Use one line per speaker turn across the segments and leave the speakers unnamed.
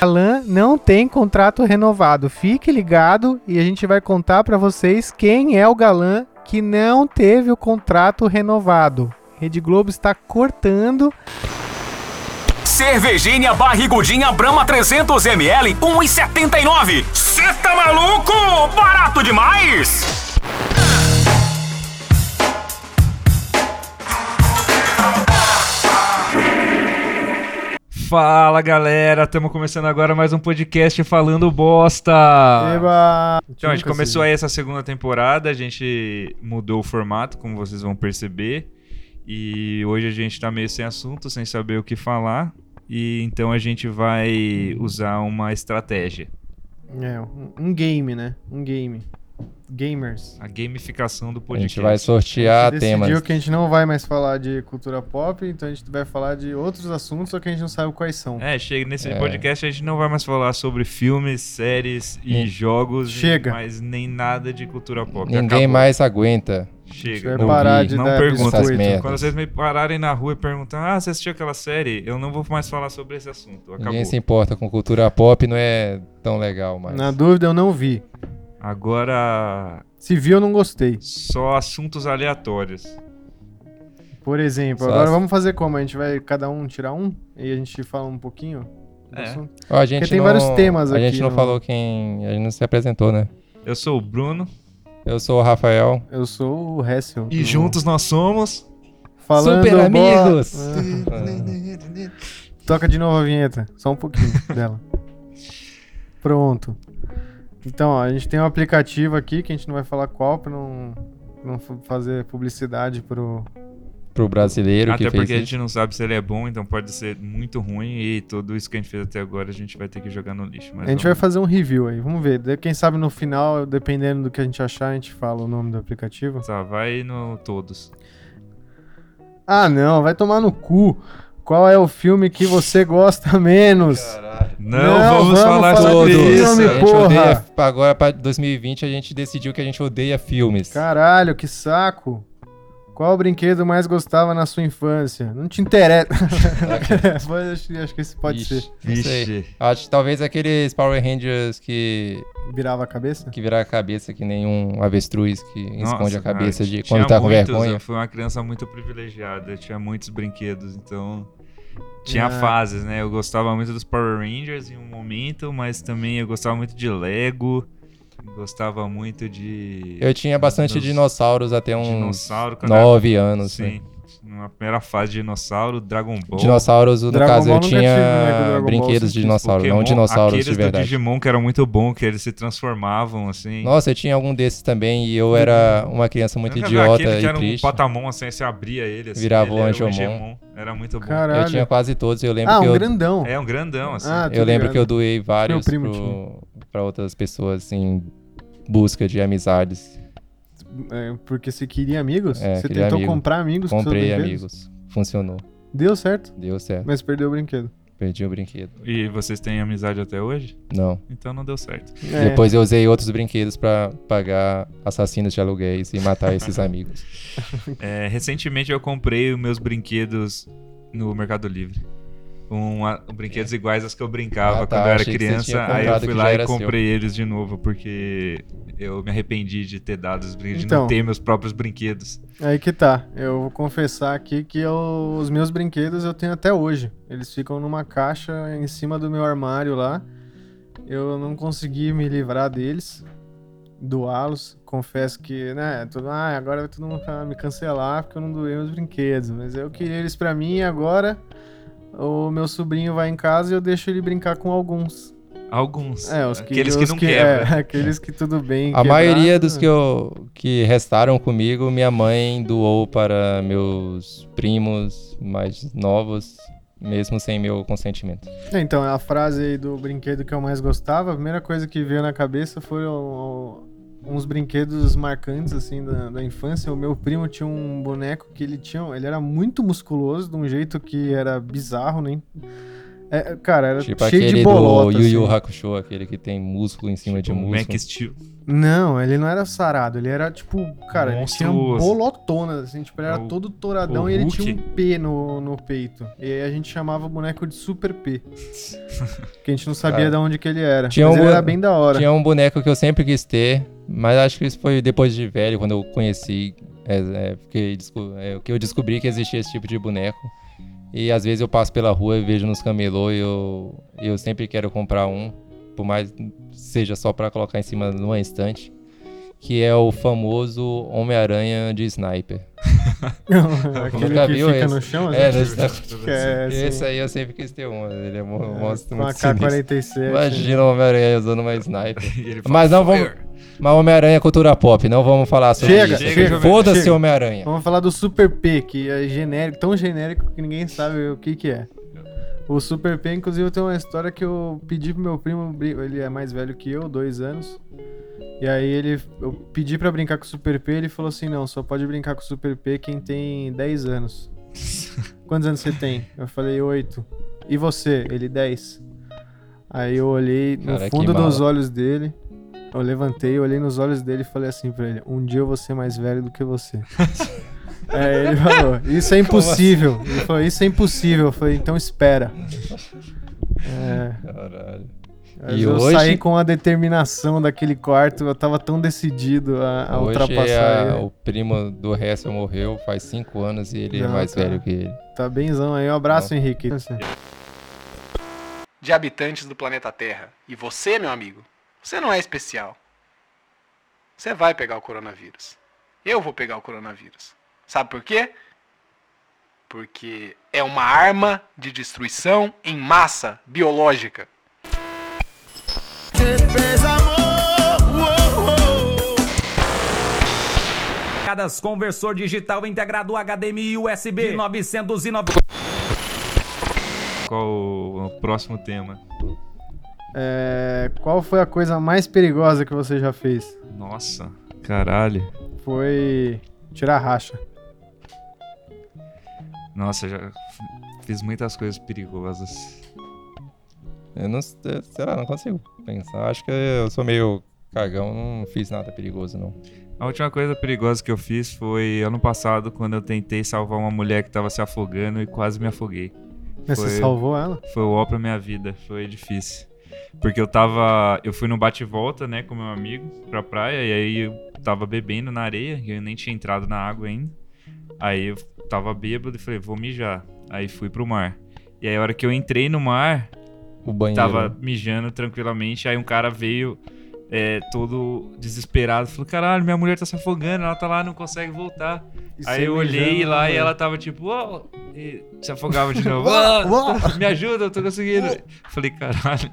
Alan não tem contrato renovado. Fique ligado e a gente vai contar pra vocês quem é o galã que não teve o contrato renovado. Rede Globo está cortando.
Cervejinha Barrigudinha Brahma um 300ml, 1,79. Cê tá maluco? Barato demais!
Fala galera, estamos começando agora mais um podcast falando bosta.
Ah. Eba!
Então, a gente começou aí essa segunda temporada, a gente mudou o formato, como vocês vão perceber. E hoje a gente tá meio sem assunto, sem saber o que falar. E então a gente vai usar uma estratégia.
É, um, um game, né? Um game. Gamers.
A gamificação do
A
podcast.
gente vai sortear
decidiu
temas.
que a gente não vai mais falar de cultura pop, então a gente vai falar de outros assuntos, só que a gente não sabe quais são.
É, chega nesse
É.
podcast a gente não vai mais falar sobre filmes, séries e
Hum.
jogos,
Chega.
mas nem nada de cultura pop.
Ninguém
Acabou.
mais aguenta.
gente vai
Chega.
não
parar
vi,
de
não
dar
pergunta.
Essas
biscoito.
merdas.
Quando vocês me pararem na rua e perguntar, ah, você assistiu aquela série? Eu não vou mais falar sobre esse assunto. Acabou.
Ninguém se importa com cultura pop, não é tão legal mais.
Na dúvida, eu não vi.
Agora,
Se vi, eu não gostei.
só assuntos aleatórios.
Por exemplo,
Só
agora
as-
vamos fazer como? A gente vai cada um tirar um e a gente fala um pouquinho do
É.
assunto?
Ó, a gente
Porque tem
não-
vários temas
a
aqui né?
gente não
no-
falou quem. A gente não se apresentou, né?
Eu sou o Bruno
Eu sou o Rafael.
Eu sou o Hessel.
e juntos nós somos.
Falando É.
Super
bo-
amigos!
Toca de novo a vinheta, só um pouquinho dela. Pronto. Então, ó, a gente tem um aplicativo aqui que a gente não vai falar qual pra não, não fa- fazer publicidade pro.
Pro brasileiro
Até
que fez
porque a
isso.
gente não sabe se ele é bom, então pode ser muito ruim. E tudo isso que a gente fez até agora a gente vai ter que jogar no lixo. Mas
a gente vai
vamos-
fazer um review aí, vamos ver. De- Quem sabe no final, dependendo do que a gente achar, a gente fala o nome do aplicativo.
Tá, vai no todos.
Ah, não, vai tomar no cu. Qual é o filme que você gosta menos?
Não,
Não,
vamos,
vamos
falar
falar
sobre
de
isso.
filme,
A gente
porra!
odeia. Agora, pra 2020, a gente decidiu que a gente odeia filmes.
Caralho, que saco. Qual brinquedo mais gostava na sua infância? Não te interessa. Mas acho, acho que esse pode
Ixi,
ser.
não sei.
Vixe.
Acho que talvez aqueles Power Rangers que,
Virava a cabeça?
que virar a cabeça que nenhum avestruz que esconde
Nossa,
a cabeça
cara,
de
tinha
quando tá com
muitos,
vergonha.
Eu fui uma criança muito privilegiada, eu tinha muitos brinquedos, então tinha
Ah.
fases, né? Eu gostava muito dos Power Rangers em um momento, mas também eu gostava muito de Lego, gostava muito de
Eu tinha bastante
Nos-
dinossauros até uns
dinossauro, quando era-
nove anos. né?
sim. Na primeira fase de dinossauro, Dragon Ball,
Dinossauros, no
Dragon
caso,
Ball
eu
nunca tive, né, do Dragon
tinha
Ball,
brinquedos
sempre
de dinossauro,
Pokémon,
não dinossauros de
aqueles do
verdade.
Digimon que era muito bom, que eles se transformavam assim.
Nossa, eu tinha algum desses também e
Uhum.
eu era uma criança muito
Nunca viu
idiota
aquele que
e
era um
triste.
patamon assim, você abria ele assim,
Virava
ele
um
era
Angemon.
Era muito bom.
Caralho.
Eu tinha quase todos, eu lembro
Ah,
que
um
eu,
grandão.
É um grandão assim.
Ah,
eu
tô
lembro
ligado.
que eu doei vários
primo
pro, pra outras pessoas em busca de amizades.
É, porque você queria amigos?
É,
você
queria
tentou
amigo.
comprar amigos? com seus
Comprei
brinquedos?
amigos. Funcionou.
Deu certo,
Deu certo.
mas perdeu o brinquedo.
Perdi o brinquedo.
E vocês têm amizade até hoje?
Não.
Então não deu certo.
É,
Depois eu usei outros brinquedos pra pagar assassinos de aluguéis e matar esses amigos.
É, recentemente eu comprei os meus brinquedos no Mercado Livre. Um, a- brinquedos iguais aos que eu brincava
É. Ah, tá,
quando eu era
achei que você tinha
criança. Aí eu
comprado
fui
que
lá
já
e
era seu.
comprei eles de novo, porque eu me arrependi de ter dado os brinquedos, de
Então.
não ter meus próprios brinquedos.
Aí que tá. Eu vou confessar aqui que eu- os meus brinquedos eu tenho até hoje. Eles ficam numa caixa em cima do meu armário lá. Eu não consegui me livrar deles, doá-los. Confesso que, né, tudo, ah, agora todo mundo vai me cancelar porque eu não doei meus brinquedos. Mas eu queria eles pra mim e agora o meu sobrinho vai em casa e eu deixo ele brincar com alguns.
Alguns.
É, os que,
aqueles que
os
não Tipo, quebram.
é, aqueles que tudo bem. né?
A maioria dos que, eu, que restaram comigo, minha mãe doou para meus primos mais novos, mesmo sem meu consentimento.
É, Então, a frase aí do brinquedo que eu mais gostava, a primeira coisa que veio na cabeça foram o- uns brinquedos marcantes, assim, da, da infância. O meu primo tinha um boneco que ele tinha... Ele era muito musculoso, de um jeito que era bizarro, né? É, cara, era
Tipo
cheio
aquele
de
do
bolota.
Yu Yu
assim.
Hakusho, aquele que tem músculo em cima de
Tipo,
músculo.
Mac Steel.
Não, ele não era sarado, ele era tipo, cara, ele tinha um
Monstruoso. É
bolotonas, assim, tipo, ele era
O-
todo touradão
o
e ele
Hulk.
tinha um P no, no peito. E aí a gente chamava o boneco de Super P. que a gente não sabia
Cara.
de onde que ele era.
Tinha
mas
um
ele
bo-
era bem da hora.
Tinha um boneco que eu sempre quis ter, mas acho que isso foi depois de velho, quando eu conheci, é, é, porque desco- é, que eu descobri que existia esse tipo de boneco. E às vezes eu passo pela rua e vejo nos camelô e eu, eu sempre quero comprar um, por mais que seja só pra colocar em cima numa estante, que é o famoso Homem-Aranha de Sniper.
Aquele
um Nunca
que
viu
fica
esse.
no chão,
É,
assim,
esse,
que é
esse
assim,
aí eu sempre quis ter um, ele é mo-
é,
monstro
com a
muito sinistro.
K-47.
Imagina o Homem-Aranha usando uma Sniper.
E ele
Mas não vamos-
"Fire".
Mas Homem-Aranha é cultura pop, não vamos falar sobre
Chega,
isso.
chega, chega.
Foda-se
Chega.
Homem-Aranha.
Vamos falar do Super P, que é genérico, tão genérico que ninguém sabe o que que é. O Super P, inclusive, tem uma história que eu pedi pro meu primo, brin- ele é mais velho que eu, dois anos. E aí ele, eu pedi pra brincar com o Super P, ele falou assim, não, só pode brincar com o Super P quem tem 10 anos. Quantos anos você tem? Eu falei, 8. E você? Ele, 10. Aí eu olhei no
Cara, que
fundo dos
mala.
olhos dele, eu levantei, olhei nos olhos dele e falei assim pra ele, um dia eu vou ser mais velho do que você. Aí ele falou,
assim?"
isso é impossível. Ele falou, isso é impossível. Eu falei, então espera. É,
Caralho.
mas
E
eu
hoje-
saí com a determinação daquele quarto, eu tava tão decidido a, a
Hoje
Ah,
é
ultrapassar
a-
ele.
o primo do Hessel morreu faz 5 anos e ele é
Não,
mais
cara.
velho que ele.
Ah, Tá benzão aí, um abraço, Henrique.
de habitantes do planeta Terra. E você, meu amigo, você não é especial. Você vai pegar o coronavírus. Eu vou pegar o coronavírus. Sabe por quê? Porque é uma arma de destruição em massa biológica.
Cadas conversor digital integrado HDMI USB de 990.
Qual o, o próximo tema?
É, qual foi a coisa mais perigosa que você já fez?
Nossa, caralho.
Foi tirar racha.
Nossa, eu já fiz muitas coisas perigosas.
Eu não sei sei lá, não consigo pensar. Acho que eu sou meio cagão, não fiz nada perigoso, não.
A última coisa perigosa que eu fiz foi ano passado, quando eu tentei salvar uma mulher que tava se afogando e quase me afoguei.
Mas você
Foi-
salvou ela?
Foi o ó pra minha vida, foi difícil. Porque eu tava. Eu fui no bate-volta, né, com meu amigo pra praia, e aí eu tava bebendo na areia, e eu nem tinha entrado na água ainda. Aí eu tava bêbado e falei, vou mijar. Aí fui pro mar. E aí a hora que eu entrei no mar,
O banheiro.
tava mijando tranquilamente, aí um cara veio é, todo desesperado, falou, caralho, minha mulher tá se afogando, ela tá lá, não consegue voltar. aí eu olhei
né,
lá e ela tava tipo, "Uou", e se afogava de novo. "Ah, Me ajuda, eu tô conseguindo. Falei, caralho.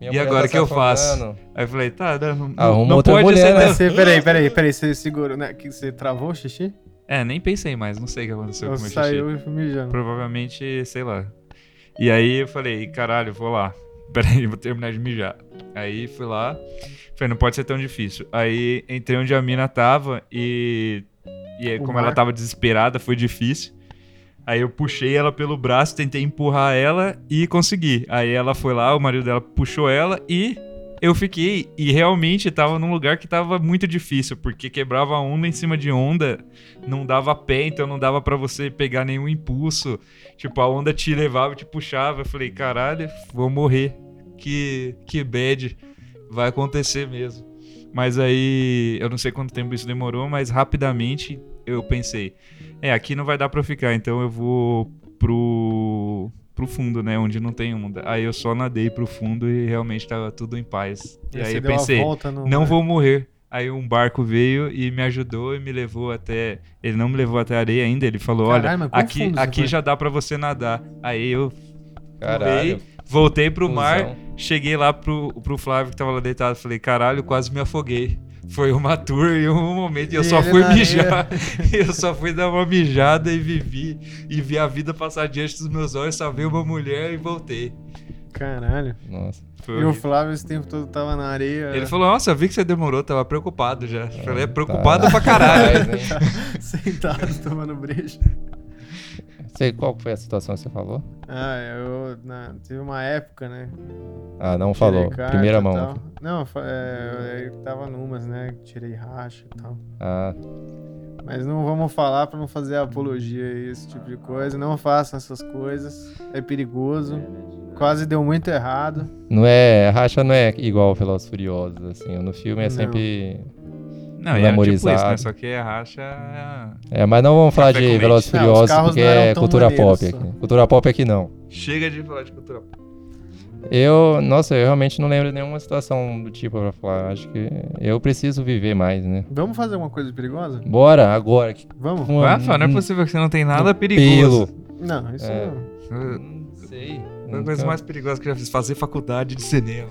Minha
e
mulher
agora,
tá
que
se
eu faço?
afogando.
Aí eu falei, tá, não, não-
Arruma
não
outra
pode
mulher,
essa
né?
não.
Você, peraí, peraí, peraí, você segurou, né? Que você travou o xixi?
É, nem pensei mais, não sei o que aconteceu
Ou
com o meu xixi.
saiu e foi mijando.
Provavelmente, sei lá. E aí eu falei, caralho, vou lá. Peraí, vou terminar de mijar. Aí fui lá. Falei, não pode ser tão difícil. Aí entrei onde a mina tava e. E aí,
O
como
mar.
ela tava desesperada, foi difícil. Aí eu puxei ela pelo braço, tentei empurrar ela e consegui. Aí ela foi lá, o marido dela puxou ela e eu fiquei. E realmente tava num lugar que tava muito difícil, porque quebrava onda em cima de onda, não dava pé, então não dava pra você pegar nenhum impulso. Tipo, a onda te levava e te puxava. Eu falei, caralho, vou morrer. Que, que bad. Vai acontecer mesmo. Mas aí, eu não sei quanto tempo isso demorou, mas rapidamente eu pensei, é, aqui não vai dar pra eu ficar, então eu vou pro, pro fundo, né, onde não tem onda. Aí eu só nadei pro fundo e realmente tava tudo em paz. E aí
você
eu
deu a
pensei,
volta né? no
não
mar.
vou morrer. Aí um barco veio e me ajudou e me levou até. Ele não me levou até a areia ainda. Ele falou:
Caralho,
olha,
mas quão
aqui,
fundo você
aqui
foi?"
já dá pra você nadar. Aí eu
Caralho.
pulei, voltei pro mar,
cuzão.
cheguei lá pro, pro Flávio que tava lá deitado. Falei: caralho, quase me afoguei. Foi uma tour e um momento. E eu
E
só
ele
fui
na
mijar. eu só fui dar uma mijada e vivi. E vi a vida passar diante dos meus olhos. Só vi uma mulher e voltei.
Caralho.
Nossa.
Foi
E o
horrível.
Flávio esse tempo todo tava na areia.
Ele falou, nossa, eu vi que você demorou, tava preocupado já. Falei, é
Tá.
preocupado pra caralho.
Mas, hein?
Sentado tomando breja.
Você, qual foi a situação que você falou?
Ah, eu. na- teve uma época, né?
Ah, não
Tirei
falou.
carta
Primeira
e
mão.
tal. Não, fa- é, eu tava numas, né? Tirei racha e tal.
Ah,
Mas não vamos falar pra não fazer apologia a esse tipo de coisa. Não façam essas coisas. É perigoso.
né,
Quase deu muito errado.
não é. Racha não é igual Velozes e Furiosos, assim. No filme é
Não.
sempre.
Não, e é tipo isso, né?
Glamorizado.
Só que a racha.
É, mas não vamos falar
Café com
de Velozes e
leite. Não, os
Furiosos
carros
porque
não eram
é
tão
cultura
maneiros,
pop
só.
aqui. Cultura pop aqui não.
Chega de falar de cultura. pop.
Eu, nossa, eu realmente não lembro nenhuma situação do tipo pra falar. Acho que eu preciso viver mais, né?
Vamos fazer alguma coisa perigosa?
Bora, agora. que-
Vamos?
um-
Rafa,
hum.
não é
um
possível que você não tem nada
pelo.
perigoso.
Não, isso
É.
não.
Não sei.
Foi a coisa mais perigosa que eu já fiz, fazer faculdade de cinema.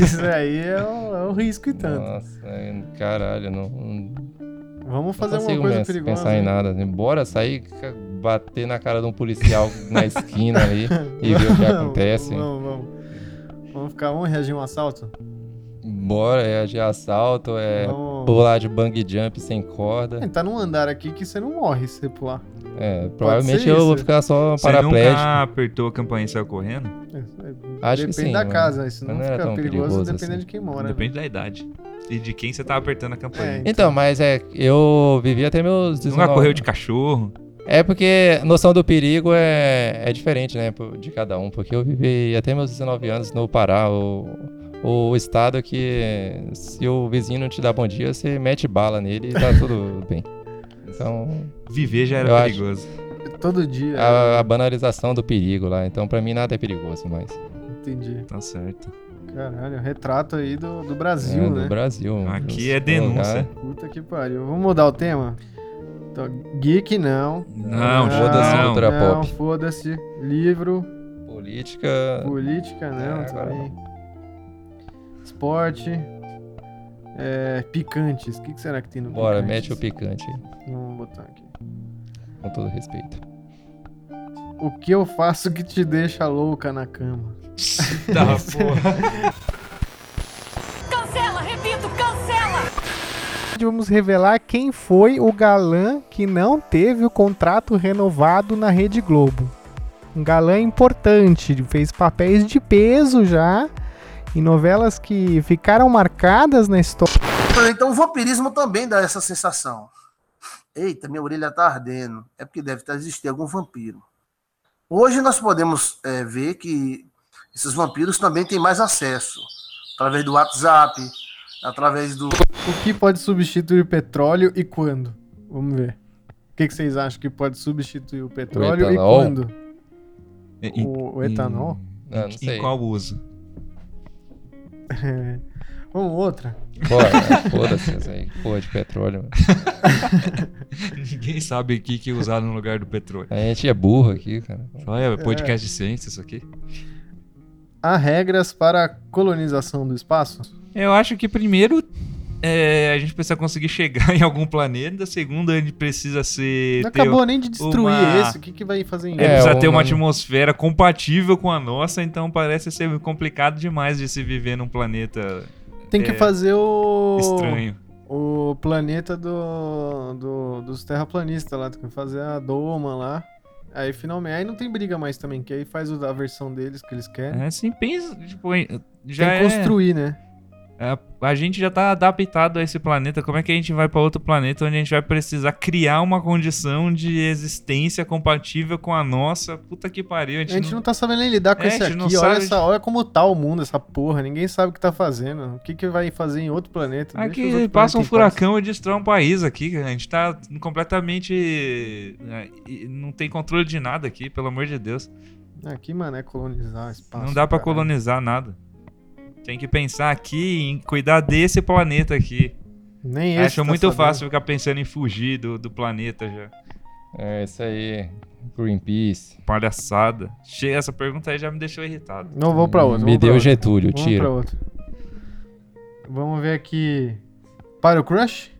isso aí é o, é o risco e tanto.
Nossa, é, caralho, não, não
Vamos fazer alguma
consigo
coisa
mes-
perigosa.
pensar
né?
em nada. né? Bora sair, ca- bater na cara de um policial na esquina ali e ver o que acontece.
Vamos, vamos. vamos. Vamos ficar, vamos reagir a um assalto?
Bora, é de assalto, é
Vamos.
pular de bang jump sem corda.
É, Tá num andar aqui que você não morre se você pular.
É, provavelmente
ser
eu
isso. um
vou ficar só
Você
paraplégico.
nunca apertou a campainha e saiu correndo?
É, isso aí.
Acho que
Depende
sim,
da
mas-
casa, isso
mas
não
não era
fica
tão
perigoso,
perigoso
dependendo
assim.
de quem mora. né?
Depende da idade. E de quem você tá apertando a campainha.
Então, mas é, eu vivi até meus 19.
Nunca correu de cachorro.
É porque noção do perigo é, é diferente, né, pro- de cada um. Porque eu vivi até meus 19 anos no Pará, o, o estado que se o vizinho não te dá bom dia, você mete bala nele e tá tudo bem. Então,
Viver já
Eu
era
acho.
perigoso.
Todo dia.
a, a banalização do perigo lá. Então, pra mim, nada é perigoso mais.
Entendi.
Tá certo.
Caralho, é um retrato aí do, do Brasil,
é,
né?
Do Brasil.
Aqui
dos
é denúncia.
lugares.
Puta que pariu. Vamos mudar o tema? Então, geek não.
Não,
foda-se
não.
cultura
não,
pop.
foda-se. Livro,
Política.
política não
É, agora
também. Esporte. É, picantes. O que, que será que tem no
Bora,
picantes?
mete o picante,
Vamos botar aqui.
com todo respeito.
O que eu faço que te deixa louca na cama?
Tá, porra.
Cancela, repito, cancela!
Vamos revelar quem foi o galã que não teve o contrato renovado na Rede Globo. Um galã importante, fez papéis de peso já em novelas que ficaram marcadas na história.
Então o vampirismo também dá essa sensação. Eita, minha orelha tá ardendo. É porque deve tá- existir algum vampiro. Hoje nós podemos eh, ver que esses vampiros também têm mais acesso. Através do WhatsApp, através do
O que pode substituir petróleo e quando? Vamos ver. O que, que vocês acham que pode substituir o petróleo e
etanol?
quando?
E-
O, o
e-
etanol?
Ah, não
em
sei.
qual uso?
Vamos outra.
Bora, né? foda-se isso aí. Porra de petróleo, mano.
Ninguém sabe o que, que usar no lugar do petróleo.
A gente é burro aqui, cara.
É.
Olha, podcast de ciência isso aqui.
Há regras para a colonização do espaço?
Eu acho que primeiro é, a gente precisa conseguir chegar em algum planeta. Segundo, a gente precisa ser.
Não
ter-
acabou nem de destruir
uma-
esse. O que, que vai fazer em
é,
É,
precisa
o
ter uma
humano-
atmosfera compatível com a nossa, então parece ser complicado demais de se viver num planeta
Tem que
é,
fazer o.
estranho.
O planeta do, do- dos terraplanistas lá. Tem que fazer a doma lá. Aí finalmente. Aí não tem briga mais também, que aí faz o- a versão deles que eles querem.
É, assim, pensa, tipo, já
tem que
é-
construir, né?
é, a gente já tá adaptado a esse planeta. Como é que a gente vai pra outro planeta onde a gente vai precisar criar uma condição de existência compatível com a nossa? Puta que pariu, a
A
gente,
gente
não...
não tá sabendo nem lidar com
É, a
esse
gente não
aqui. Olha,
sabe-
essa, olha como tá o mundo, essa porra. Ninguém sabe o que tá fazendo. O que, que vai fazer em outro planeta? Deixa os
Aqui
outros
passa um
planetas em paz.
furacão e destrói um país aqui, cara. A gente tá completamente. né, e Não tem controle de nada aqui, pelo amor de Deus.
Aqui, mano, é colonizar espaço.
Não dá pra
caralho.
colonizar nada. Tem que pensar aqui em cuidar desse planeta aqui.
Nem esse
Acho
tá
muito
sabendo.
fácil ficar pensando em fugir do, do planeta já.
É isso aí. Greenpeace.
Palhaçada. Chega, essa pergunta aí já me deixou irritado.
Não, vou pra outro.
Me
vou pra
deu
outro.
Getúlio,
Vamos pra
tiro.
outro. Vamos ver aqui. Para o crush?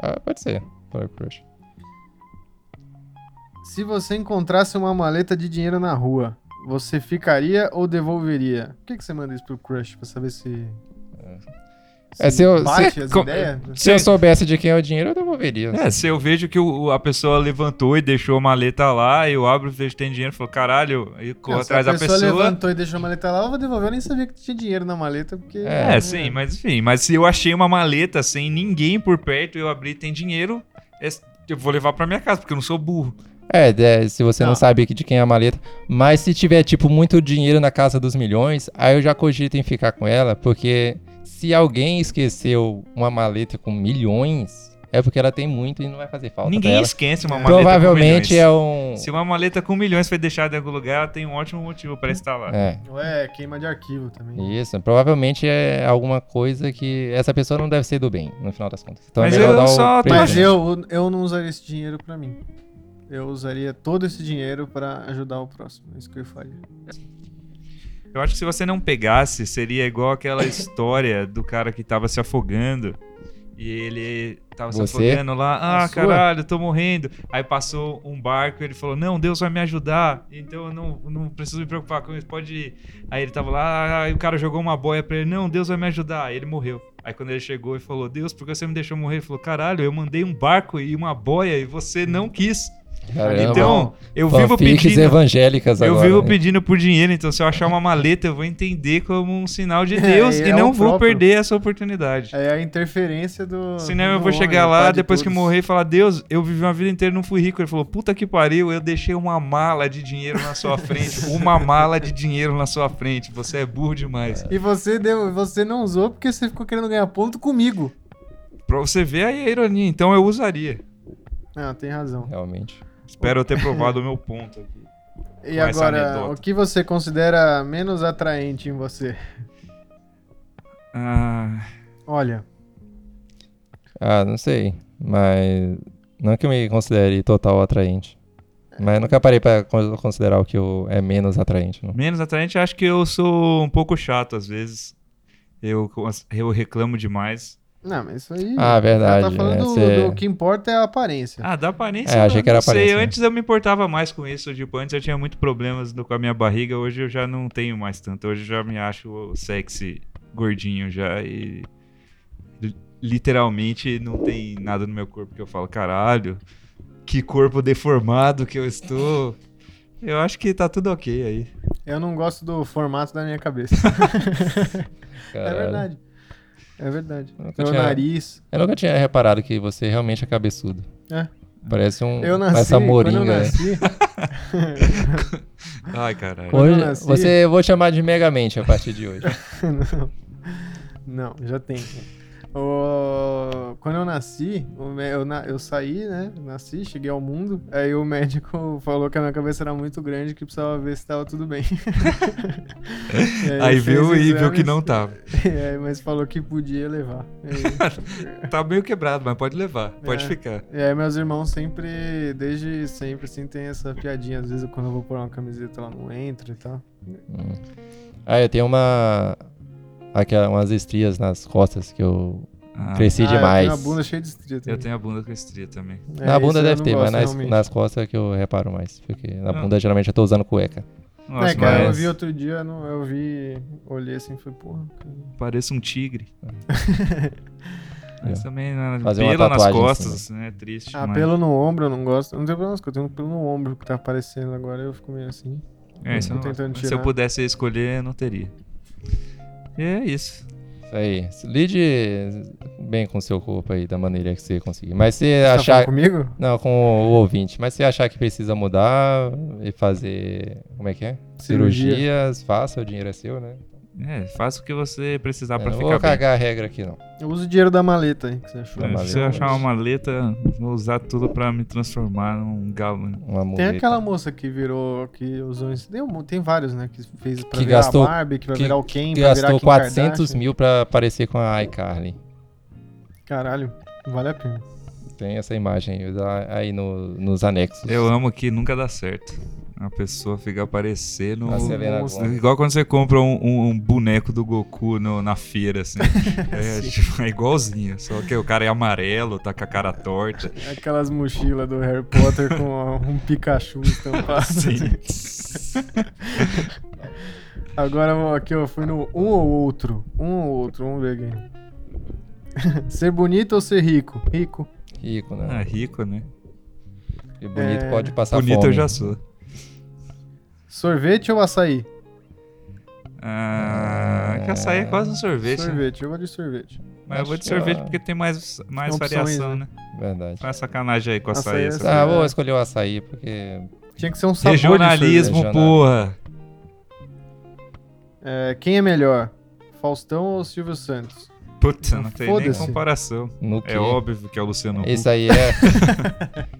Ah, pode ser. Power Crush.
Se você encontrasse uma maleta de dinheiro na rua, você ficaria ou devolveria? Por que, que você manda isso pro crush? Pra saber se.
É, se eu, se,
Bate as
com-
ideias?
se eu soubesse de quem é o dinheiro, eu devolveria.
É, se eu vejo que o- a pessoa levantou e deixou a maleta lá, eu abro, vejo que tem dinheiro, falo, caralho, aí corro
Não, se
atrás da pessoa.
levantou e deixou a maleta lá, eu vou devolver. Eu nem sabia que tinha dinheiro na maleta, porque.
É,
É, sim, mas enfim, mas se eu achei uma maleta sem ninguém por perto, eu abri e tem dinheiro, é- eu vou levar pra minha casa, porque eu não sou burro.
É, de- se você não,
Não.
sabe que- de quem é a maleta. Mas se tiver, tipo, muito dinheiro na casa dos milhões, aí eu já cogito em ficar com ela, porque se alguém esqueceu uma maleta com milhões, é porque ela tem muito e não vai fazer falta.
ninguém
pra ela.
esquece uma maleta
Provavelmente
com
é
milhões.
um.
Se uma maleta com milhões foi deixada em algum lugar, ela tem um ótimo motivo pra estar lá.
É,
Ué, queima de arquivo também.
isso. Provavelmente é alguma coisa que essa pessoa não deve ser do bem, no final das contas. Então
Mas
é melhor
eu
dar o
só tô
presente.
Mas eu, eu não usaria esse dinheiro pra mim. Eu usaria todo esse dinheiro pra ajudar o próximo. É isso que eu faria.
Eu acho que se você não pegasse, seria igual aquela história do cara que tava se afogando. E ele tava se
Você?
afogando lá, ah,
A sua?
caralho, tô morrendo. Aí passou um barco e ele falou, não, Deus vai me ajudar, então eu não, não preciso me preocupar com isso, pode ir. Aí ele tava lá, ah, e o cara jogou uma boia pra ele, não, Deus vai me ajudar. Aí ele morreu. Aí quando ele chegou e falou, Deus, por que você me deixou morrer? Ele falou, caralho, eu mandei um barco e uma boia e você não quis.
Caramba.
Então, eu vivo
Fanfics
pedindo...
evangélicas
Eu
agora.
vivo
né?
pedindo por dinheiro, então se eu achar uma maleta, eu vou entender como um sinal de Deus
é
e não
o
vou
próprio.
perder essa oportunidade.
É a interferência do.
Senão
do
eu vou
homem,
chegar
o
lá,
pai é um de
depois que
todos.
morrer, e falar: Deus, eu vivi uma vida inteira e não fui rico. Ele falou: Puta que pariu, eu deixei uma mala de dinheiro na sua frente. uma mala de dinheiro na sua frente. Você é burro demais.
E você, deu, você não usou porque você ficou querendo ganhar ponto comigo.
Pra você ver aí a ironia, então eu usaria.
Não, tem razão.
Realmente.
Espero eu ter provado o meu ponto aqui.
E
Com essa
agora,
anedota.
o que você considera menos atraente em você?
Ah,
Olha,
Ah, não sei. Mas. Não que eu me considere total atraente. Mas eu nunca parei pra con- considerar o que eu- é menos atraente. Não.
menos atraente, acho que eu sou um pouco chato às vezes. Eu, eu reclamo demais.
não, mas isso aí.
Ah, verdade,
Ela tá falando
é,
né?
do,
você-
do- o que importa é a aparência.
Ah, da aparência.
É,
eu
achei que era
não sei,
aparência, né?
Antes eu me importava mais com isso. Tipo, antes eu tinha muito problemas no- com a minha barriga. Hoje eu já não tenho mais tanto. Hoje eu já me acho sexy, gordinho já. E li- literalmente não tem nada no meu corpo que eu falo, caralho, que corpo deformado que eu estou. Eu acho que tá tudo ok aí.
Eu não gosto do formato da minha cabeça. é
Caralho.
verdade. É verdade.
Eu nunca
Meu
tinha-
nariz.
Eu nunca tinha reparado que você realmente é cabeçudo.
É.
Parece um.
Eu nasci.
Essa
quando eu
moringa. né?
nasci.
Ai, caralho.
Quando eu
Hoje,
nasci-
você eu vou chamar de Megamente a partir de hoje.
Não, já tem. O- Quando eu nasci, o mé- eu, na- eu saí, né? Nasci, cheguei ao mundo. Aí o médico falou que a minha cabeça era muito grande, que precisava ver se tava tudo bem. E
Aí
ele
viu
fez
e viu que
exames,
não tava.
é, mas falou que podia levar.
Tá meio quebrado, mas pode levar, pode
É.
ficar.
E, e aí meus irmãos sempre, desde sempre, assim, tem essa piadinha. Às vezes quando eu vou pôr uma camiseta, ela não entra e tal.
Hum. Ah, eu tenho uma. Aquela, umas estrias nas costas que eu
Ah,
cresci
Ah,
demais.
Eu tenho a bunda cheia de estria
eu
também.
tenho a bunda com estria também.
É,
na
isso
bunda
eu
deve
não
ter,
gosto,
mas nas,
realmente. Ah.
nas costas que eu reparo mais. Porque na
Não.
bunda geralmente eu tô usando cueca.
é, cara, eu
mas-
vi outro dia, não- eu vi, olhei assim e falei, porra, cara.
Pareça um tigre. Mas também né,
É. Fazer uma
pelo nas
tatuagem em
costas, né? É triste.
Ah,
mas-
pelo no ombro eu não gosto. Não tem problema, eu tenho um pelo no ombro que tá aparecendo agora, eu fico meio assim.
É, isso
tô
eu não-
tentando
se eu
tirar.
pudesse escolher, eu não teria. E é isso.
Isso aí. Lide bem com o seu corpo aí, da maneira que você conseguir. Mas se
Tá
achar.
falando comigo?
Não, com o ouvinte. Mas se achar que precisa mudar e fazer. Como é que é?
Cirurgia.
Cirurgias, faça, o dinheiro é seu, né?
É, faça o que você precisar
É,
pra
não
ficar
vou
bem.
cagar a regra aqui, não.
Eu uso o dinheiro da maleta aí, que você achou.
Da
É, se
maleta,
eu achar
mas-
uma maleta, vou usar tudo pra me transformar num galo.
Uma
Tem
muleta.
aquela moça que virou, que usou isso. Tem, um- tem vários, né? Que fez pra
Que
virar
gastou-
a Barbie, que vai
que-
virar o Ken,
que
pra virar
gastou
Kim
400
Kardashian.
mil pra aparecer com a iCarly.
Caralho, vale a pena.
Tem essa imagem aí, dá- aí no- nos anexos.
Eu amo que nunca dá certo. A pessoa fica aparecendo.
A Selena
Nossa,
Gomez.
Igual quando você compra um, um- um boneco do Goku no- na feira, assim. É, tipo, é igualzinho. Só que o cara é amarelo, tá com a cara torta.
Aquelas mochilas do Harry Potter com um Pikachu estampado. assim.
assim. Sim.
Agora ó, aqui eu fui no um ou outro. Um ou outro, vamos ver aqui. Ser bonito ou ser rico? Rico.
Rico, né?
Ah, rico, né?
E bonito
é,
pode passar
Bonito
Tá fome.
eu já sou.
Sorvete ou açaí?
Ah, que açaí é quase um sorvete, né?
Sorvete, eu vou de sorvete.
Mas eu vou de
Acho que,
sorvete
ah,
porque tem mais, mais
opções,
variação, né?
Ah,
Verdade.
Faz sacanagem aí com
Açaí
açaí.
é
essa-
açaí.
Ah, vou escolher o açaí, porque.
Tinha que ser um sabor de sorvete.
Regionalismo,
sorvete.
porra.
É, quem é melhor? Faustão ou Silvio Santos?
Putz, não tem nem
Foda-se.
comparação.
No
É
quê?
óbvio que é o Luciano Huck.
Isso aí é.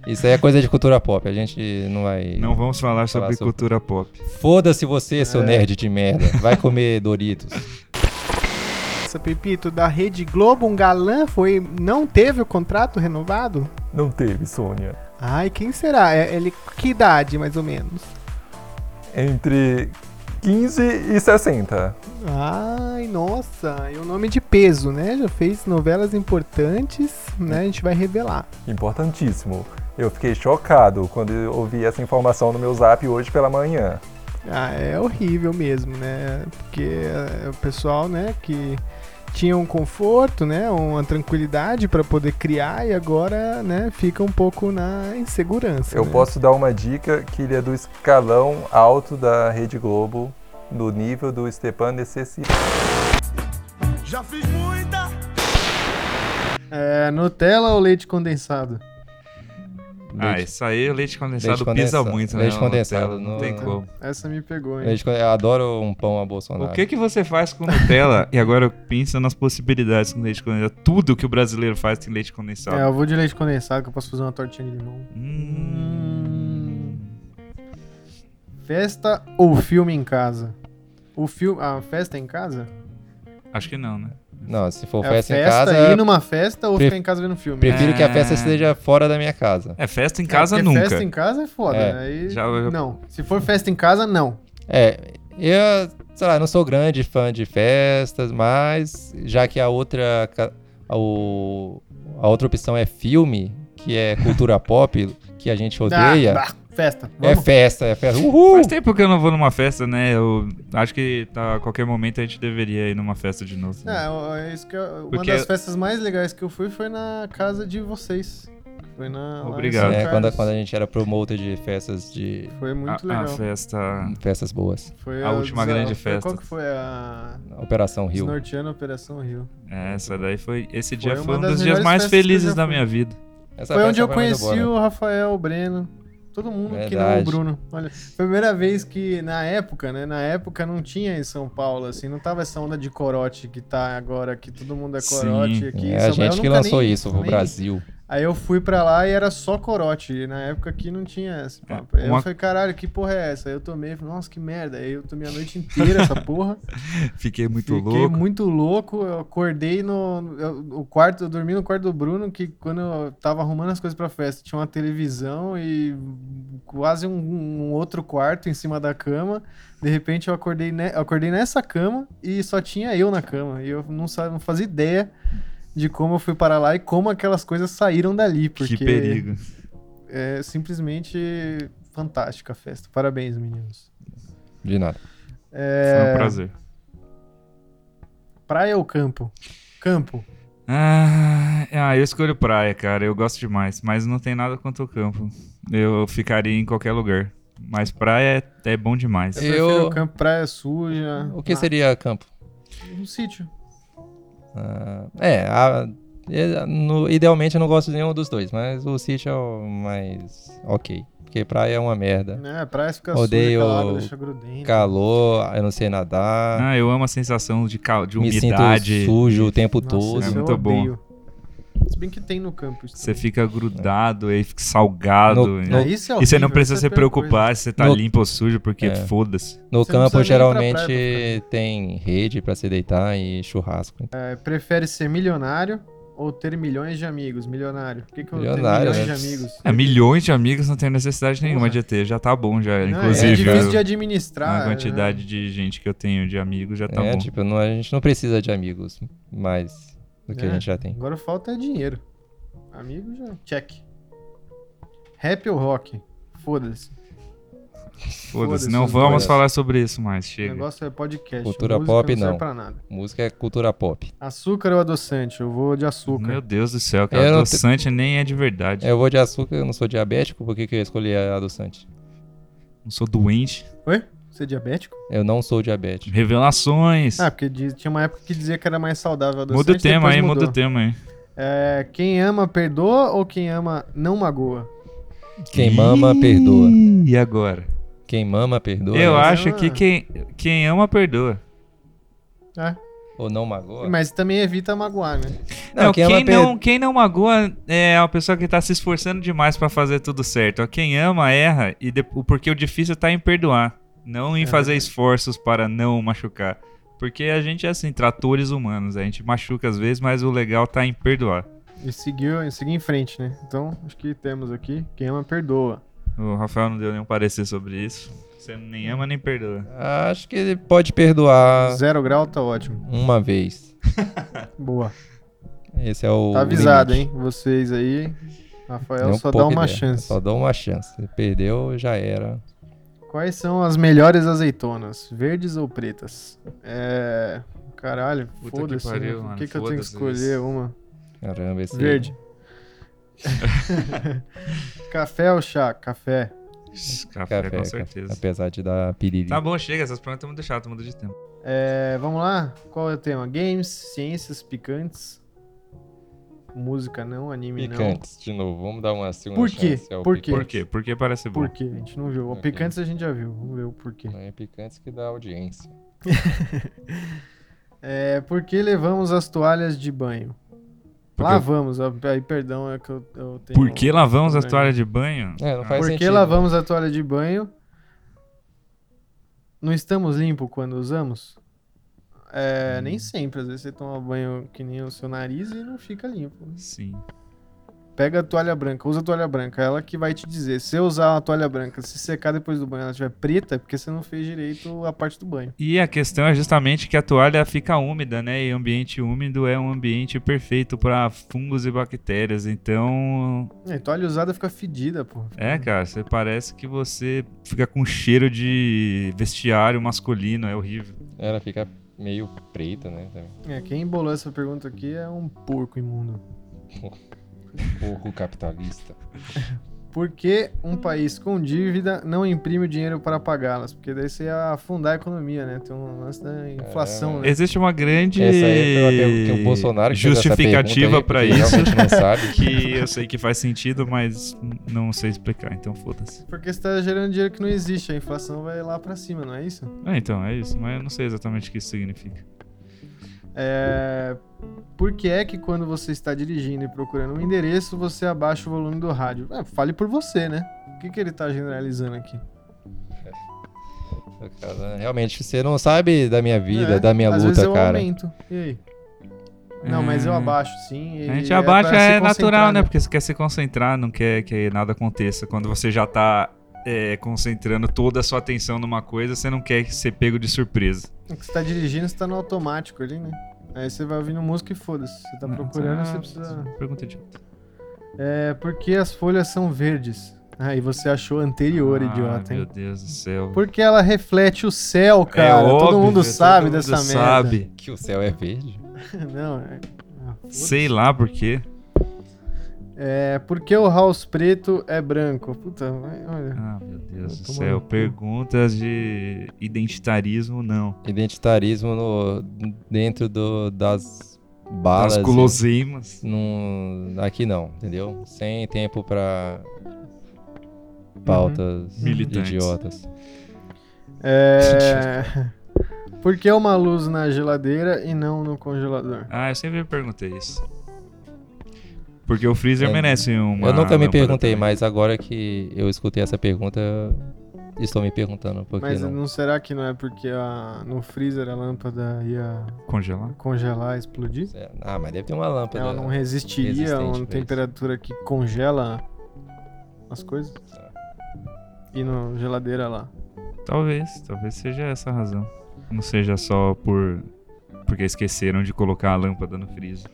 Isso aí é coisa de cultura pop. A gente não vai.
Não vamos falar sobre
sobre-
cultura pop.
Foda-se você,
É.
seu nerd de merda. Vai comer Doritos.
Essa Pepito, da Rede Globo, um galã foi. não teve o contrato renovado?
Não teve, Sônia.
Ai, quem será? É- Ele. Que idade, mais ou menos?
Entre 15 e 60.
Ai, nossa, e o nome de peso, né? Já fez novelas importantes, né? A gente vai revelar.
Importantíssimo. Eu fiquei chocado quando eu ouvi essa informação no meu zap hoje pela manhã.
Ah, é horrível mesmo, né? Porque eh, o pessoal, né, que tinha um conforto, né, uma tranquilidade para poder criar e agora, né, fica um pouco na insegurança.
Eu
né?
posso dar uma dica que ele é do escalão alto da Rede Globo, do nível do Stepan Necessi.
É, Nutella ou leite condensado?
Ah,
Leite,
isso aí, o leite condensado
Leite
pisa
condensado.
muito, né?
Leite
na
condensado,
Nutella, Não
não-
tem como.
Essa me pegou, hein?
leite con- eu adoro um pão a
O
Bolsonaro.
que que você faz com Nutella? e agora pensa nas possibilidades com leite condensado. Tudo que o brasileiro faz tem leite condensado.
É, eu vou de leite condensado que eu posso fazer uma tortinha de limão.
Hum.
Festa ou filme em casa? O filme. A festa é em casa?
Acho que não, né?
Não, se for
É
festa, em
ir
casa,
numa festa ou
pre-
ficar em casa vendo filme?
prefiro que a
É.
festa esteja fora da minha casa.
É, festa em
É,
casa
porque
nunca.
Festa em casa é foda.
É.
né? Aí-
Já- já-
Não. Se for festa em casa, não.
É, eu, sei lá, não sou grande fã de festas, mas já que a outra, ca- o, a outra opção é filme, que é cultura pop, que a gente odeia,
Ah, bah, festa.
é
Vamos.
festa, é festa. Uhul!
Faz tempo que eu não vou numa festa, né? Eu acho que tá, a qualquer momento a gente deveria ir numa festa de novo. né?
É, ó, é isso que eu- uma
Porque-
das festas mais legais que eu fui foi na casa de vocês. Foi na. lá em
Obrigado.
São
É, quando,
Carlos.
quando a gente era promotor de festas de
Foi
a,
muito
a
legal.
festa.
festas boas.
Foi
Ah, a última grande
foi- Qual
festa.
que foi a.
Operação Rio.
Desnorteando Operação Rio.
é, Essa daí foi. Esse dia
uma
foi um
das
dos dias
melhores
mais
festas que eu
felizes
já
da
fui.
minha vida.
Essa
Foi
festa
onde eu
muito
conheci
boa, né?
o Rafael, o Breno, todo mundo que não o
Verdade.
Bruno. Olha, foi a primeira vez que na época, né? Na época não tinha em São Paulo, assim, não tava essa onda de corote que tá agora, que todo mundo é
Sim.
corote aqui. em
É
São Paulo.
a
Eu
gente que
nunca
lançou
nem-
isso pro
nem-
Brasil.
Aí eu fui pra lá e era só corote. E na época aqui não tinha esse papo. Aí
uma-
eu falei, caralho, que porra é essa? Aí eu tomei, falei, nossa, que merda. Aí eu tomei a noite inteira essa porra.
Fiquei muito
Fiquei
louco.
muito louco. Eu acordei no. eu- o quarto, eu dormi no quarto do Bruno, que quando eu tava arrumando as coisas pra festa, tinha uma televisão e quase um, um outro quarto em cima da cama. De repente eu acordei, ne- eu acordei nessa cama e só tinha eu na cama. E eu não, sa- não fazia ideia de como eu fui para lá e como aquelas coisas saíram dali. Porque
Que perigo.
é simplesmente fantástica a festa. Parabéns, meninos.
De nada.
Foi um
É,
prazer.
praia ou campo? Campo.
Ah, ah, eu escolho praia, cara. Eu gosto demais. Mas não tem nada contra o campo. Eu ficaria em qualquer lugar. Mas praia é, é bom demais.
E-
Eu...
Eu-
Prefiro campo, praia suja.
O que
Ah,
seria campo?
Um sítio.
Ah, é, a- é, no- idealmente eu não gosto de nenhum dos dois, mas o sítio é o mais ok. Porque praia é uma merda.
Né? Praia fica
Odeio
suja, aquela água deixa grudento.
Calor, eu não sei nadar,
Ah, eu amo a sensação de, cal... de
me sinto
umidade.
sujo o tempo
Nossa,
todo.
isso eu
muito bom.
odeio. Se bem que tem no campo isso.
Você
também.
fica grudado, aí fica salgado.
No-
e-
no-
Ah, isso é
E você
horrível,
não precisa
isso é
se
a pior
preocupar se você tá
No-
limpo ou sujo, porque
É.
foda-se.
No
Você não
campo
precisa nem ir pra praia
geralmente
pra
tem rede pra se deitar e churrasco.
coisa. É, prefere ser milionário ou ter milhões de amigos? Milionário. Por que, que eu tenho
Milionário,
milhões
né?
de amigos?
É, milhões de amigos não tem necessidade nenhuma de ter, já tá bom já.
Não, é
Inclusive,
difícil de
a
administrar. né?
quantidade de gente que eu tenho de amigos já tá
é,
bom.
tipo, não- a gente não precisa de amigos mais do que
É.
a gente já
né?
tem.
Agora falta é dinheiro. Amigo já. Check. Rap ou rock? Foda-se.
Foda-se,
Foda-se
não
os
vamos
dois.
falar sobre isso mais,
O
chega.
negócio é podcast.
Cultura
música
pop,
Não serve
não.
pra nada.
Música é cultura pop.
Açúcar ou adoçante? Eu vou de açúcar.
Meu Deus do céu, cara.
Eu não te-
Adoçante nem é de verdade.
Eu vou de açúcar, eu não sou diabético, por que, que eu escolhi a adoçante?
Não sou doente.
Oi? Você é diabético?
Eu não sou diabético.
Revelações.
Ah, porque diz- tinha uma época que dizia que era mais saudável adoçante.
muda o tema
depois
aí,
mudou.
muda o tema aí.
É, quem ama, perdoa ou quem ama, não magoa?
Quem mama,
Ih,
perdoa.
E agora?
Quem mama, perdoa.
Eu
né?
é
acho que quem, quem ama, perdoa. É.
Ou não magoa.
Mas também evita magoar, né?
Não,
Não,
quem
quem,
ama, per-
não, quem não magoa é a pessoa que tá se esforçando demais pra fazer tudo certo. Ó, Quem ama, erra, e de- o- porque o difícil tá em perdoar, não
É
em fazer esforços para não machucar. Porque a gente é assim, tratores humanos, a gente machuca às vezes, mas o legal tá em perdoar.
E seguiu, e seguir em frente, né? Então, acho que temos aqui. Quem ama, perdoa.
O Rafael não deu nenhum parecer sobre isso. Você nem ama nem perdoa.
Acho que ele pode perdoar
Zero grau tá ótimo.
uma vez.
Boa.
Esse é o.
Tá avisado,
limite.
hein? Vocês aí. Rafael,
Nem um
só dá
pouco
uma
ideia.
chance.
Só dá uma chance. Se Perdeu, já era.
Quais são as melhores azeitonas? Verdes ou pretas? É. Caralho,
Puta que
foda-se. né?
pariu,
Por
mano,
que, que eu tenho que
foda-se
escolher
isso.
uma?
Caramba, esse.
Verde. Café ou chá? Café.
Café,
Café,
com
café, Tá
certeza.
Apesar de dar piriri.
Tá bom, chega, essas perguntas mudam de chato, muda de tempo.
É, vamos lá? Qual é o tema? Games, ciências, picantes. Música não, anime
Picantes, de novo. Vamos dar uma segunda
Por quê?
chance ao
Por quê?
Por
Picantes.
quê? Porque parece
não.
bom.
Por quê? A gente não viu. O
Uhum.
picantes a gente já viu. Vamos ver o porquê.
Não é picantes que dá audiência.
É, por que levamos as toalhas de banho?
Porque-
Lavamos. ó, Aí, perdão, é que eu, eu tenho.
Por que lavamos as
Também.
toalhas de banho?
É, não
Ah,
faz
Por que
sentido.
lavamos a toalha de banho? Não estamos limpo quando usamos? É,
Hum.
nem sempre. Às vezes você toma banho que nem o seu nariz e não fica limpo.
Sim.
Pega a toalha branca, usa a toalha branca. Ela que vai te dizer. Se eu usar a toalha branca, se secar depois do banho ela estiver preta, é porque você não fez direito a parte do banho.
E a questão é justamente que a toalha fica úmida, né? E ambiente úmido é um ambiente perfeito para fungos e bactérias. Então,
É, toalha usada fica fedida, pô.
é, cara, você parece que você fica com cheiro de vestiário masculino, é horrível.
Ela fica meio preta, né? também.
É, quem embolou essa pergunta aqui é um porco imundo.
Porco capitalista.
Por que um país com dívida não imprime o dinheiro para pagá-las? Porque daí você ia afundar a economia, né? Tem um lance
É,
da inflação, né?
Existe uma grande
Essa aí foi uma pergunta que o Bolsonaro que fez essa pergunta
justificativa
aí,
para
porque
isso,
Realmente não sabe.
que eu sei que faz sentido, mas não sei explicar, então foda-se.
Porque você tá gerando dinheiro que não existe, a inflação vai lá para cima, não é isso?
É, então, é isso, mas eu não sei exatamente o que isso significa.
É... Por que é que quando você está dirigindo e procurando um endereço, você abaixa o volume do rádio? Ah, fale por você, né? O que, que ele tá generalizando aqui?
Cara, Realmente, você não sabe da minha vida,
É,
da minha
Às
luta,
vezes eu
cara.
aumento. E aí? Não, mas eu
É.
abaixo, sim. e
A gente
é
abaixa,
pra se
é,
concentrar,
natural, né? Porque você quer se concentrar, não quer que nada aconteça. Quando você já tá é, concentrando toda a sua atenção numa coisa, você não quer ser pego de surpresa.
É que você tá dirigindo, você tá no automático ali, né? Aí você vai ouvindo música e foda-se. Você tá procurando,
Ah,
você precisa.
Pergunta idiota.
É porque as folhas são verdes. Ah, e você achou anterior,
Ah,
idiota,
Meu
hein?
Deus do céu. É
Porque ela reflete o céu, cara. todo
óbvio,
mundo
todo
sabe
mundo
dessa
sabe.
Que o céu é verde.
merda. Não, é. ah, foda-se.
Sei lá por quê.
É porque o house preto é branco. Puta, vai- olha.
Ah, meu Deus do
Tomando
céu.
cu.
Perguntas de identitarismo, não.
Identitarismo no- dentro do- das
As
balas.
guloseimas.
Num- aqui não, entendeu? Sem tempo pra pautas
Militantes.
idiotas.
É. Por que uma luz na geladeira e não no congelador?
Ah, eu sempre me perguntei isso. Porque o freezer
É,
merece uma.
eu nunca me
lâmpada
perguntei,
também.
mas agora que eu escutei essa pergunta, estou me perguntando por que
Mas
não.
não será que não é porque a- no freezer a lâmpada ia
Congelar?
congelar, explodir?
Ah, mas deve ter uma lâmpada.
Ela não resistiria a
resistente
uma
pra isso.
temperatura que congela as coisas?
É.
E na geladeira lá.
Talvez, talvez seja essa a razão. Não seja só por porque esqueceram de colocar a lâmpada no freezer.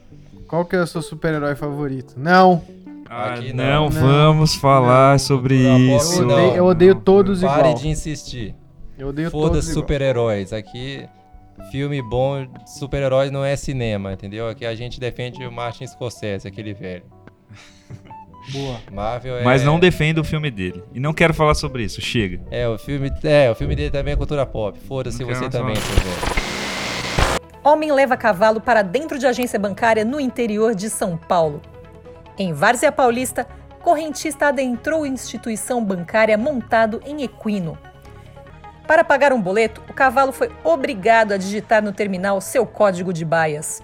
Qual que é o seu super-herói favorito? Não!
Ah,
Aqui
não,
não.
vamos falar sobre
Eu
isso.
Eu odeio, eu
Não,
odeio todos
Pare
igual.
de insistir.
Eu odeio todos
Foda-se
igual.
super-heróis. Aqui, filme bom de super-heróis não é cinema, entendeu? Aqui a gente defende o Martin Scorsese, aquele velho.
Boa.
Marvel é...
Mas não defenda o filme dele. E não quero falar sobre isso, chega.
É, o filme, é, o filme dele também é cultura pop. Foda-se
Não quero
você
mais falar.
também, seu velho.
Homem leva cavalo para dentro de agência bancária no interior de São Paulo. Em Várzea Paulista, correntista adentrou instituição bancária montado em equino. Para pagar um boleto, o cavalo foi obrigado a digitar no terminal seu código de baias.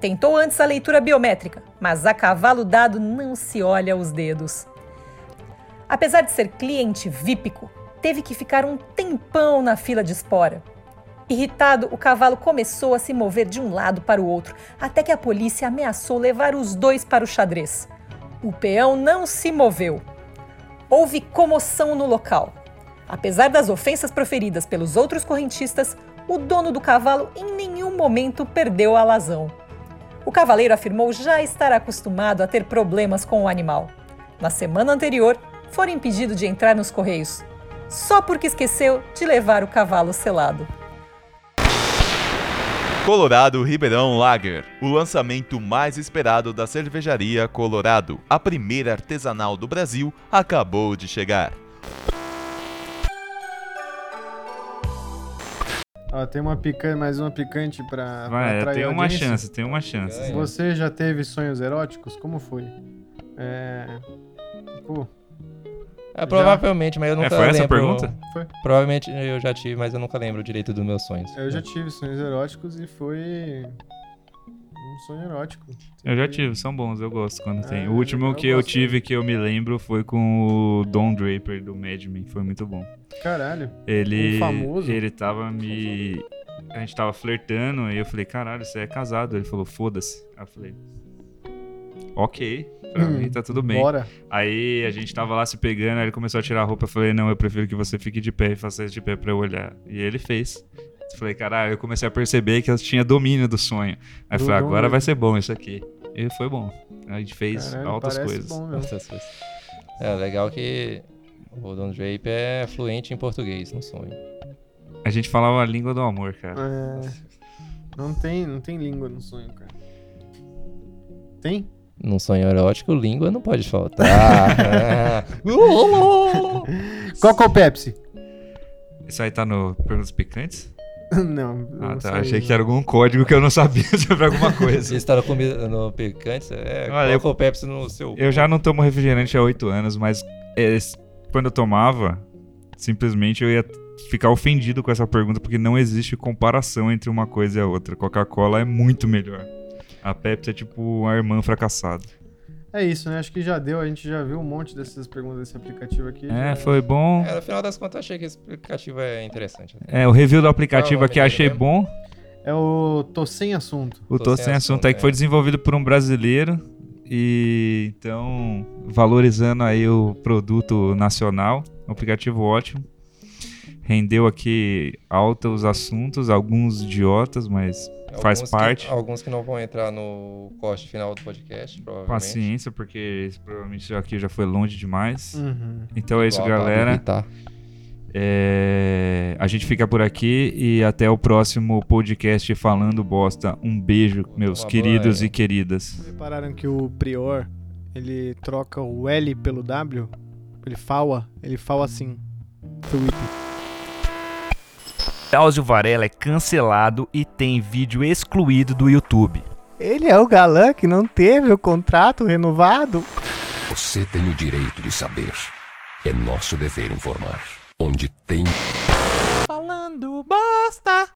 Tentou antes a leitura biométrica, mas a cavalo dado não se olha os dedos. Apesar de ser cliente vípico, teve que ficar um tempão na fila de espora. Irritado, o cavalo começou a se mover de um lado para o outro, até que a polícia ameaçou levar os dois para o xadrez. O peão não se moveu. Houve comoção no local. Apesar das ofensas proferidas pelos outros correntistas, o dono do cavalo em nenhum momento perdeu a lazão. O cavaleiro afirmou já estar acostumado a ter problemas com o animal. Na semana anterior, fora impedido de entrar nos correios, só porque esqueceu de levar o cavalo selado.
Colorado Ribeirão Lager, o lançamento mais esperado da cervejaria Colorado, a primeira artesanal do Brasil, acabou de chegar.
Ó, tem uma pica- mais uma picante pra. pra
Vai,
atrair
tem uma
audiência.
chance, tem uma chance.
Ganha.
Você já teve sonhos eróticos? Como foi? É. Pô,
É, provavelmente, mas eu nunca
É, foi essa a
lembro.
pergunta?
Foi. É,
Provavelmente eu já tive, mas eu nunca lembro direito dos meus sonhos.
eu já tive sonhos eróticos e foi. Um sonho erótico.
Eu já tive, são bons, eu gosto quando tem.
Ah,
O último
eu
que eu
gosto
tive que eu me lembro foi com o Don Draper do Mad Men, foi muito bom.
Caralho.
Ele
Um famoso. Um
ele tava me a gente tava flertando e eu falei: "Caralho, você é casado?" Ele falou: "Foda-se". Aí eu falei: "OK, pra
Hum,
mim tá tudo bem".
Bora.
Aí a gente tava lá se pegando, aí ele começou a tirar a roupa. Eu falei, não, eu prefiro que você fique de pé e faça isso de pé pra eu olhar. E ele fez. Eu falei, caralho, eu comecei a perceber que eu tinha domínio do sonho. Aí eu
Do
falei, agora
domínio.
vai ser bom isso aqui. E foi bom. A gente fez
Caralho,
altas
parece
coisas.
bom mesmo.
Essas coisas. É legal que o Don Draper é fluente em português, no sonho.
A gente falava a língua do amor, cara.
É. Não tem, não tem língua no sonho, cara. Tem?
Num sonho erótico, língua não pode faltar.
Coca ou é Pepsi?
Isso aí tá no Perguntas Picantes?
não.
Ah,
não
tá.
sei.
Achei que era algum código que eu não sabia sobre alguma
Se
coisa.
está no, comi- no picante, é,
Olha, eu-
coloca o Pepsi no seu...
Eu já não tomo refrigerante há oito anos, mas é, quando eu tomava, simplesmente eu ia ficar ofendido com essa pergunta, porque não existe comparação entre uma coisa e a outra. Coca-Cola é muito melhor. A Pepsi é tipo a irmã fracassada.
É isso, né? Acho que já deu. A gente já viu um monte dessas perguntas desse aplicativo aqui.
É,
já-
foi bom.
É, no final das contas, eu achei que esse aplicativo é interessante.
É, o review do aplicativo
Ah,
aqui achei
mesmo?
bom.
É o Tô Sem Assunto.
O Tô Sem Assunto aí que foi desenvolvido por um brasileiro. E então, valorizando aí o produto nacional, um aplicativo ótimo. Rendeu aqui alta os assuntos, alguns idiotas, mas faz
Alguns que-
parte.
alguns que não vão entrar no corte final do podcast, provavelmente.
Paciência, porque esse, provavelmente isso aqui já foi longe demais.
Uhum.
Então é isso,
Igual a
galera.
Evitar.
É, A gente fica por aqui e até o próximo podcast falando bosta. Um beijo, meus
tomar
queridos
banho.
e queridas.
Repararam que o Prior, ele troca o L pelo W? Ele fala, ele fala assim. Felipe.
Áudio Varela é cancelado e tem vídeo excluído do YouTube.
Ele é o galã que não teve o contrato renovado?
Você tem o direito de saber. É nosso dever informar. Onde tem
Falando bosta.